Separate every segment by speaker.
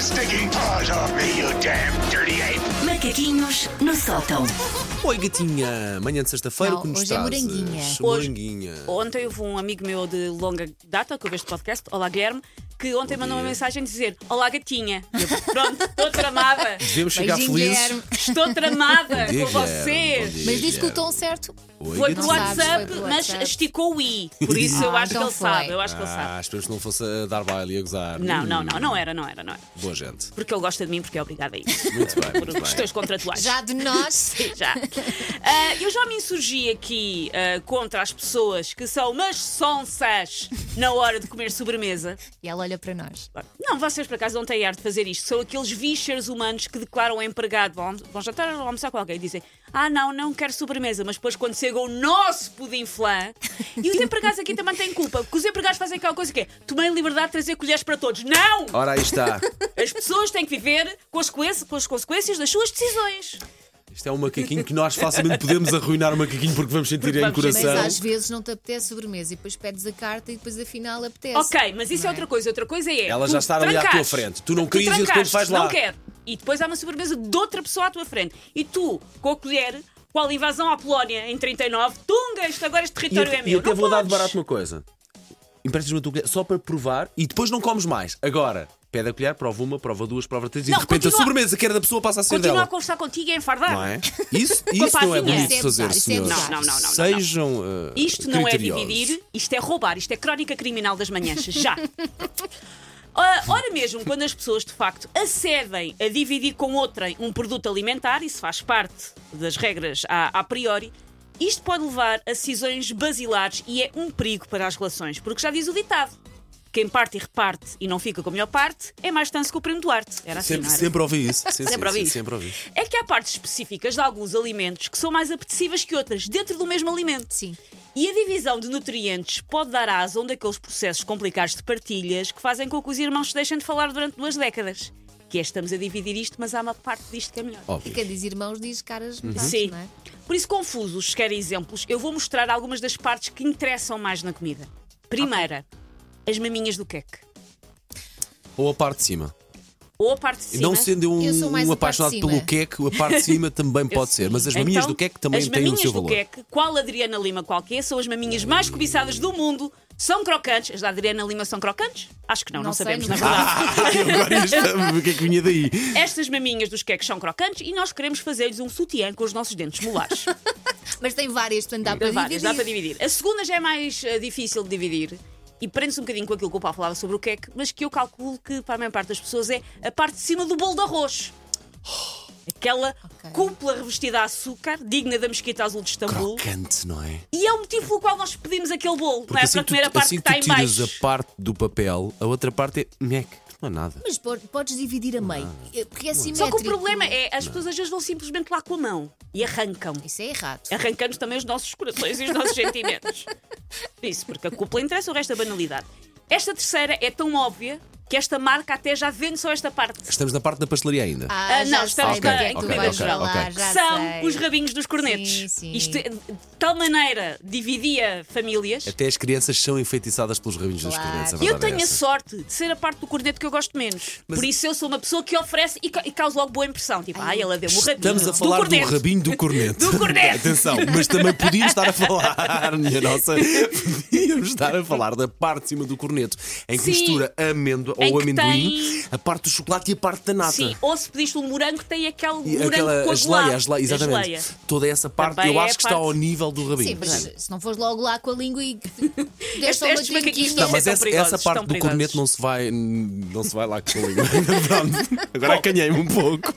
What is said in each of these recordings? Speaker 1: stinking paws off me, you damn dirty ape!
Speaker 2: Macaquinhos no sótão.
Speaker 3: Oi, gatinha! Manhã de sexta-feira,
Speaker 4: Não,
Speaker 3: o que nos
Speaker 4: hoje é
Speaker 3: trazes?
Speaker 4: moranguinha.
Speaker 3: Hoje-
Speaker 5: Hoje-
Speaker 3: Moranguinha.
Speaker 5: Ontem houve um amigo meu de longa data, que eu vejo este podcast, Olá Guilherme, que ontem mandou uma mensagem dizer Olá gatinha. E eu, pronto, estou tramada.
Speaker 3: Devemos chegar
Speaker 4: Beijinho,
Speaker 3: felizes.
Speaker 4: Guilherme.
Speaker 5: Estou tramada
Speaker 3: Bom dia, Guilherme.
Speaker 5: com
Speaker 3: Bom
Speaker 5: vocês.
Speaker 3: dia,
Speaker 4: Mas disse que
Speaker 3: Guilherme.
Speaker 4: o tom certo.
Speaker 3: Oi, gatinha.
Speaker 5: Foi pelo
Speaker 4: Não sabes,
Speaker 5: WhatsApp,
Speaker 4: foi pelo
Speaker 5: mas
Speaker 4: WhatsApp.
Speaker 5: esticou o i. Por isso eu
Speaker 4: Ah,
Speaker 5: acho que
Speaker 4: então
Speaker 5: ele sabe.
Speaker 4: foi.
Speaker 5: Eu acho que ele
Speaker 3: Ah,
Speaker 5: sabe.
Speaker 3: espero que não fosse a dar baile e a gozar.
Speaker 5: Não, não,
Speaker 3: Hum,
Speaker 5: não, não era, não era, não era.
Speaker 3: Boa gente.
Speaker 5: Porque ele gosta de mim, porque é obrigado a isso.
Speaker 3: Muito bem,
Speaker 5: Por
Speaker 3: muito bem.
Speaker 5: questões contratuais.
Speaker 4: Já de nós. sim.
Speaker 5: Já. Ah, eu já me insurgi aqui ah, contra as pessoas que são umas sonsas na hora de comer sobremesa.
Speaker 4: E ela olha para nós.
Speaker 5: Não, vocês por acaso não têm ar de fazer isto. São aqueles vísceres humanos que declaram ao empregado, vão, vão jantar ou almoçar com alguém e dizem: Ah, não, não quero sobremesa. Mas depois, quando chega o nosso pudim flan, e os empregados aqui também têm culpa, porque os empregados fazem aquela coisa que é: Tomei liberdade de trazer colheres para todos. Não!
Speaker 3: Ora, aí está.
Speaker 5: As pessoas têm que viver com as, conse- com as consequências das suas decisões.
Speaker 3: Isto é um macaquinho que nós facilmente podemos arruinar o macaquinho porque vamos sentir em
Speaker 5: vamos
Speaker 3: coração.
Speaker 4: Mas às vezes não te apetece sobremesa e depois pedes a carta e depois afinal apetece.
Speaker 5: Ok, mas isso é
Speaker 4: Não é?
Speaker 5: outra coisa. Outra coisa é.
Speaker 3: Ela
Speaker 5: tu
Speaker 3: já está ali à tua
Speaker 5: trancaste.
Speaker 3: frente. Tu não querias e depois
Speaker 5: trancaste,
Speaker 3: vais lá.
Speaker 5: Não quero. E depois há uma sobremesa de outra pessoa à tua frente. E tu, com a colher, com a invasão à Polónia em 39, tunga, isto agora este
Speaker 3: E
Speaker 5: território
Speaker 3: até,
Speaker 5: é
Speaker 3: e
Speaker 5: meu.
Speaker 3: até
Speaker 5: Não
Speaker 3: vou dar de
Speaker 5: podes.
Speaker 3: barato uma coisa. Emprestas-me a tua colher só para provar e depois não comes mais. Agora, pede a colher, prova uma, prova duas, prova três e
Speaker 5: Não,
Speaker 3: de repente
Speaker 5: continua-
Speaker 3: a sobremesa que era da pessoa passa a ser
Speaker 5: Continuar a
Speaker 3: dela.
Speaker 5: conversar contigo e a enfardar.
Speaker 3: Não é? Isso, isso não é
Speaker 5: pazinha.
Speaker 3: bonito
Speaker 4: Isso é
Speaker 3: fazer,
Speaker 4: bizarro, isso é
Speaker 3: senhores.
Speaker 4: bizarro. Não,
Speaker 5: não, não, não, não.
Speaker 3: Sejam. eh,
Speaker 5: Isto não é
Speaker 3: criteriosos.
Speaker 5: dividir, isto é roubar, isto é crónica criminal das manhãs. Já! Ah, Ora mesmo, quando as pessoas de facto acedem a dividir com outrem um produto alimentar, isso faz parte das regras a, a priori, isto pode levar a decisões basilares e é um perigo para as relações, porque já diz o ditado: quem parte e reparte e não fica com a melhor parte é mais tanso que o primo Duarte. Era assim,
Speaker 3: Sempre,
Speaker 5: não era?
Speaker 3: sempre ouvi isso. Sim, sim,
Speaker 5: Sempre ouvi
Speaker 3: sim,
Speaker 5: isso.
Speaker 3: sempre ouvi.
Speaker 5: É que há partes específicas de alguns alimentos que são mais apetecíveis que outras dentro do mesmo alimento.
Speaker 4: Sim.
Speaker 5: E a divisão de nutrientes pode dar asa a um daqueles processos complicados de partilhas que fazem com que os irmãos se deixem de falar durante duas décadas. Que é, estamos a dividir isto, mas há uma parte disto que é melhor.
Speaker 4: E
Speaker 3: Óbvio.
Speaker 4: quem diz irmãos diz caras
Speaker 3: Uhum.
Speaker 4: metades,
Speaker 5: Sim.
Speaker 4: não é?
Speaker 5: Por isso, confusos, quer exemplos, eu vou mostrar algumas das partes que interessam mais na comida. Primeira, as maminhas do queque.
Speaker 3: Ou a parte de cima.
Speaker 5: Ou a parte de cima.
Speaker 3: Não sendo um,
Speaker 4: Eu sou mais
Speaker 3: um
Speaker 4: a parte de
Speaker 3: apaixonado
Speaker 4: cima.
Speaker 3: pelo queque, a parte de cima também pode ser. Mas as maminhas
Speaker 5: Então,
Speaker 3: do queque também
Speaker 5: as
Speaker 3: têm o
Speaker 5: maminhas
Speaker 3: seu
Speaker 5: do é
Speaker 3: valor.
Speaker 5: Queque, qual Adriana Lima qualquer, são as maminhas mais cobiçadas do mundo. São crocantes. As da Adriana Lima são crocantes? Acho que não, não,
Speaker 4: Não sei,
Speaker 5: sabemos,
Speaker 4: não
Speaker 5: na verdade.
Speaker 3: Eu Agora isto, o que é que vinha daí?
Speaker 5: Estas maminhas dos queques são crocantes e nós queremos fazer-lhes um sutiã com os nossos dentes molares.
Speaker 4: Mas tem várias, portanto dá para
Speaker 5: Dá várias, dá para
Speaker 4: dividir.
Speaker 5: dividir. A segunda já é mais eh, difícil de dividir e prende-se um bocadinho com aquilo que o Paulo falava sobre o queque, mas que eu calculo que para a maior parte das pessoas é a parte de cima do bolo de arroz. Aquela
Speaker 4: Ok.
Speaker 5: cúpula revestida a açúcar, digna da mesquita azul de Istambul.
Speaker 3: Crocante, não é?
Speaker 5: E é o motivo pelo qual nós pedimos aquele bolo, não é?
Speaker 3: assim
Speaker 5: para
Speaker 3: tu,
Speaker 5: comer a parte
Speaker 3: assim
Speaker 5: que
Speaker 3: tu
Speaker 5: está em
Speaker 3: tiras
Speaker 5: baixo.
Speaker 3: a parte do papel, a outra parte é. Meque, não é nada.
Speaker 4: Mas po- podes dividir a meio. eh, Porque é
Speaker 5: Só
Speaker 4: simétrico.
Speaker 5: que o problema é as pessoas às vezes vão simplesmente lá com a mão e arrancam.
Speaker 4: Isso é errado.
Speaker 5: Ah, Arrancamos também os nossos corações e os nossos sentimentos. Isso, porque a cúpula interessa o resto da banalidade. Esta terceira é tão óbvia que esta marca até já vende só esta parte.
Speaker 3: Estamos na parte da pastelaria ainda.
Speaker 4: Ah,
Speaker 5: Ah,
Speaker 4: já
Speaker 5: não, estamos
Speaker 4: sei do
Speaker 5: na-
Speaker 4: que é
Speaker 5: em
Speaker 4: que tu
Speaker 5: comida
Speaker 4: vais
Speaker 5: geral.
Speaker 4: falar,
Speaker 3: Ok,
Speaker 4: já
Speaker 5: São
Speaker 4: sei.
Speaker 5: os rabinhos dos cornetes.
Speaker 4: Sim, sim.
Speaker 5: Isto é- de tal maneira dividia famílias.
Speaker 3: Até as crianças são enfeitiçadas pelos rabinhos das
Speaker 4: Claro.
Speaker 3: crianças. é
Speaker 5: Eu tenho a sorte de ser a parte do corneto que eu gosto menos.
Speaker 3: Mas-
Speaker 5: Por isso eu sou uma pessoa que oferece e, ca- e causa logo boa impressão. Tipo, ai,
Speaker 4: Ai,
Speaker 5: ela deu-me o rabinho
Speaker 3: Estamos a falar
Speaker 5: do
Speaker 3: do,
Speaker 5: corneto.
Speaker 3: rabinho do corneto.
Speaker 5: Do corneto.
Speaker 3: Atenção, mas também podíamos estar a falar, minha nossa, podíamos estar a falar da parte de cima do corneto, em que
Speaker 5: Sim.
Speaker 3: mistura a amêndoa
Speaker 5: Em
Speaker 3: ou
Speaker 5: que
Speaker 3: amendoim,
Speaker 5: tem-
Speaker 3: a parte do chocolate e a parte da nata.
Speaker 5: Sim, ou se pediste um morango, tem aquele
Speaker 3: E
Speaker 5: morango
Speaker 3: aquela
Speaker 5: com
Speaker 3: a geleia,
Speaker 5: a geleia,
Speaker 3: a geleia,
Speaker 5: A
Speaker 3: exatamente.
Speaker 5: geleia.
Speaker 3: Toda essa parte
Speaker 5: Também
Speaker 3: eu
Speaker 5: é
Speaker 3: acho
Speaker 5: a
Speaker 3: que está
Speaker 5: parte-
Speaker 3: ao nível do rabinho.
Speaker 4: Sim, mas se não fores logo lá com a língua e
Speaker 5: Estes-
Speaker 4: deste uma
Speaker 5: estes macaquinhos
Speaker 4: tinquinha.
Speaker 3: Não,
Speaker 5: Sim,
Speaker 3: Tá, mas
Speaker 5: são
Speaker 3: essa,
Speaker 5: perigosos,
Speaker 3: essa parte
Speaker 5: são
Speaker 3: do
Speaker 5: perigosos.
Speaker 3: corneto não se vai, não se vai lá com a língua. Pronto, Agora acanhei-me um pouco.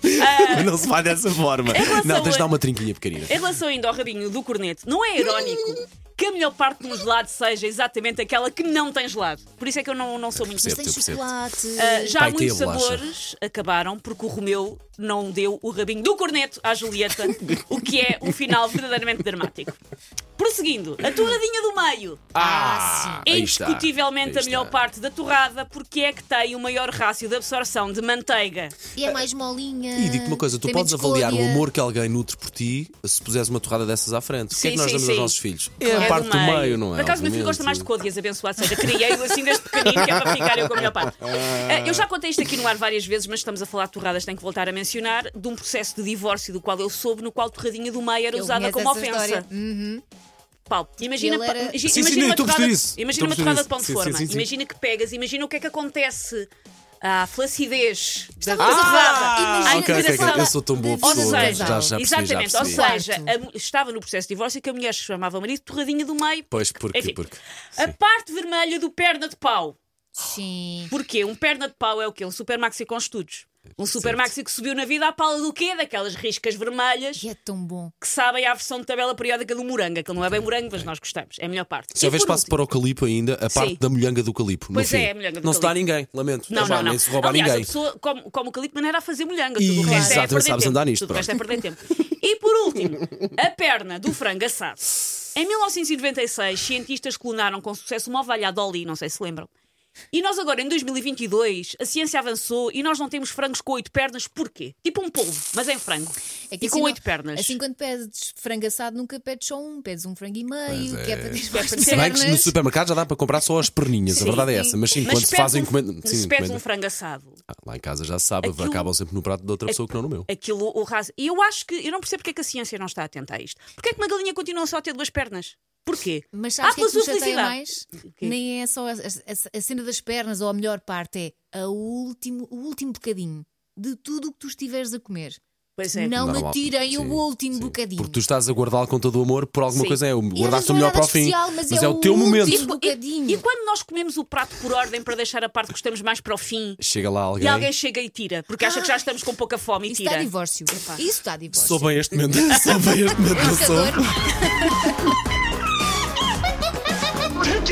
Speaker 3: Mas não se vai dessa forma. Não, tens de
Speaker 5: Ah. a-
Speaker 3: dar uma trinquinha pequenina.
Speaker 5: Em relação ainda ao rabinho do corneto, não é irónico que a melhor parte de um gelado seja exatamente aquela que não tem gelado. Por isso é que eu não, não sou muito
Speaker 4: Mas
Speaker 3: Percebo.
Speaker 4: tem
Speaker 3: Eu percebo.
Speaker 4: chocolate.
Speaker 5: Ah, já
Speaker 3: Pai,
Speaker 5: muitos
Speaker 3: tem a bolacha.
Speaker 5: sabores acabaram porque o Romeu não deu o rabinho do corneto à Julieta, o que é um final verdadeiramente dramático. Prosseguindo, a torradinha do meio
Speaker 3: Ah,
Speaker 5: é
Speaker 3: aí está.
Speaker 5: indiscutivelmente
Speaker 3: Aí
Speaker 5: a melhor
Speaker 3: está.
Speaker 5: parte da torrada porque é que tem o maior rácio de absorção de manteiga.
Speaker 4: E é mais molinha.
Speaker 3: E digo-te uma coisa, tu
Speaker 4: tem
Speaker 3: podes
Speaker 4: menos
Speaker 3: avaliar o
Speaker 4: cória.
Speaker 3: amor que alguém nutre por ti se puseres uma torrada dessas à frente. o que é que
Speaker 5: Sim,
Speaker 3: nós
Speaker 5: sim,
Speaker 3: damos
Speaker 5: sim.
Speaker 3: aos nossos filhos?
Speaker 5: Claro.
Speaker 3: parte do meio, não é?
Speaker 5: Por acaso, meu filho
Speaker 3: Obviamente.
Speaker 5: gosta mais de códias, abençoado seja. Criei-o assim desde pequenino, que é para ficar eu com a melhor parte.
Speaker 3: Ah.
Speaker 5: Eh, Eu já contei isto aqui no ar várias vezes, mas estamos a falar de torradas, tenho que voltar a mencionar, de um processo de divórcio do qual eu soube, no qual torradinha do meio era
Speaker 4: Eu
Speaker 5: usada
Speaker 4: conheço
Speaker 5: como
Speaker 4: essa
Speaker 5: ofensa.
Speaker 4: história. Hum,
Speaker 5: Paulo, imagina,
Speaker 4: Ele
Speaker 5: pa-
Speaker 4: era-
Speaker 5: imagi-
Speaker 3: Sim, sim,
Speaker 5: imagina
Speaker 3: eu
Speaker 5: uma
Speaker 3: estou a perceber
Speaker 5: torrada-
Speaker 3: isso.
Speaker 5: Imagina uma
Speaker 3: Estou a perceber
Speaker 5: torrada
Speaker 3: isso.
Speaker 5: de pão de
Speaker 3: Sim,
Speaker 5: forma.
Speaker 3: sim, sim, sim.
Speaker 5: Imagina que pegas, imagina o que é que acontece à flacidez da
Speaker 4: Estava
Speaker 5: torrada.
Speaker 4: torrada.
Speaker 5: à
Speaker 4: Ah! Imagina
Speaker 3: Ah, ok, ok,
Speaker 5: interação.
Speaker 3: ok. Eu sou tão boa
Speaker 4: de
Speaker 5: Ah, Ou
Speaker 3: pessoa.
Speaker 5: seja,
Speaker 3: já, já percebi,
Speaker 5: exatamente,
Speaker 3: já
Speaker 5: ou
Speaker 3: percebi.
Speaker 5: seja,
Speaker 4: Quarto.
Speaker 5: a mu- estava no processo de divórcio que a mulher chamava o marido torradinha do meio.
Speaker 3: Pois, porque,
Speaker 5: Enfim,
Speaker 3: porque.
Speaker 5: A parte vermelha do perna de pau.
Speaker 4: Sim.
Speaker 5: Porquê? Um perna de pau é o quê? Um supermaxi com estudos. Um supermaxi que subiu na vida à pala do quê? Daquelas riscas vermelhas
Speaker 4: E é tão bom.
Speaker 5: que sabem à versão de tabela periódica do moranga, que ele não é bem morango, mas nós gostamos. É a melhor parte.
Speaker 3: Se
Speaker 5: E
Speaker 3: houver
Speaker 5: por
Speaker 3: espaço
Speaker 5: último-
Speaker 3: para o calipo ainda, a parte da molhanga do calipo. no
Speaker 5: Pois é,
Speaker 3: fim.
Speaker 5: a molhanga do
Speaker 3: Não se dá a
Speaker 5: calipo.
Speaker 3: ninguém, lamento.
Speaker 5: Não,
Speaker 3: Já
Speaker 5: não, não.
Speaker 3: Nem se rouba a
Speaker 5: Aliás,
Speaker 3: ninguém.
Speaker 5: a pessoa, como, como o Calipo, não era a fazer molhanga.
Speaker 3: Ih,
Speaker 5: Tudo o resto é
Speaker 3: exato,
Speaker 5: perder
Speaker 3: sabes
Speaker 5: tempo.
Speaker 3: andar nisto,
Speaker 5: Tudo o resto é perder tempo. E por último, a perna do frango assado. Em 1996, cientistas clonaram com sucesso uma ovalha Dolly, não sei se lembram. E nós agora, em 2022, a ciência avançou e nós não temos frangos com oito pernas. Porquê? Tipo um polvo, mas em frango.
Speaker 4: É que
Speaker 5: e com
Speaker 4: assim
Speaker 5: oito
Speaker 4: não-
Speaker 5: pernas.
Speaker 4: Assim, quando pedes frango assado, nunca pedes só um. Pedes um frango e meio, que é para teres mais
Speaker 5: para ter-
Speaker 3: Se bem que no
Speaker 4: pernas.
Speaker 3: supermercado já dá para comprar só as perninhas, a
Speaker 4: Sim,
Speaker 3: verdade é
Speaker 4: sim.
Speaker 3: essa. Mas sim,
Speaker 5: Mas
Speaker 3: quando se
Speaker 5: pedes
Speaker 3: fazem
Speaker 5: um-
Speaker 3: encomenda. Sim,
Speaker 5: Se pedes
Speaker 3: encomenda-
Speaker 5: um frango assado,
Speaker 3: Ah, Lá em casa já se sabe,
Speaker 5: Aquilo-
Speaker 3: acabam sempre no prato de outra pessoa que não no meu.
Speaker 5: aquilo, o raso. E eu acho que. Eu não percebo porque é que a ciência não está atenta a isto. Porquê é que uma galinha continua só a ter duas pernas? Porquê?
Speaker 4: Mas sabes o que é
Speaker 5: pela
Speaker 4: que me
Speaker 5: sua
Speaker 4: chateia
Speaker 5: felicidade.
Speaker 4: mais? Nem é só a, a- a cena das pernas, ou a melhor parte, é a último, o último bocadinho de tudo o que tu estiveres a comer.
Speaker 5: Pois é.
Speaker 4: Não me
Speaker 3: Normal.
Speaker 4: tirem
Speaker 3: Sim,
Speaker 4: o último
Speaker 3: sim.
Speaker 4: bocadinho.
Speaker 3: Porque tu estás a guardá-lo com todo o amor por alguma
Speaker 5: Sim.
Speaker 3: coisa, é o
Speaker 4: E às vezes
Speaker 3: guardaste o
Speaker 4: não é
Speaker 3: melhor
Speaker 4: nada
Speaker 3: para o fim.
Speaker 4: especial, mas é
Speaker 3: é o
Speaker 4: o
Speaker 3: teu momento.
Speaker 4: último. bocadinho.
Speaker 5: E, quando nós comemos o prato por ordem para deixar a parte que gostamos mais para o fim
Speaker 3: Chega lá alguém.
Speaker 5: e alguém chega e tira, porque acha que já estamos com pouca fome e
Speaker 4: Isso
Speaker 5: tira.
Speaker 4: está divórcio. Isso está divórcio.
Speaker 3: Sou bem este momento,
Speaker 4: um
Speaker 3: sou bem este momento, não sou.
Speaker 4: Pensador.
Speaker 1: Take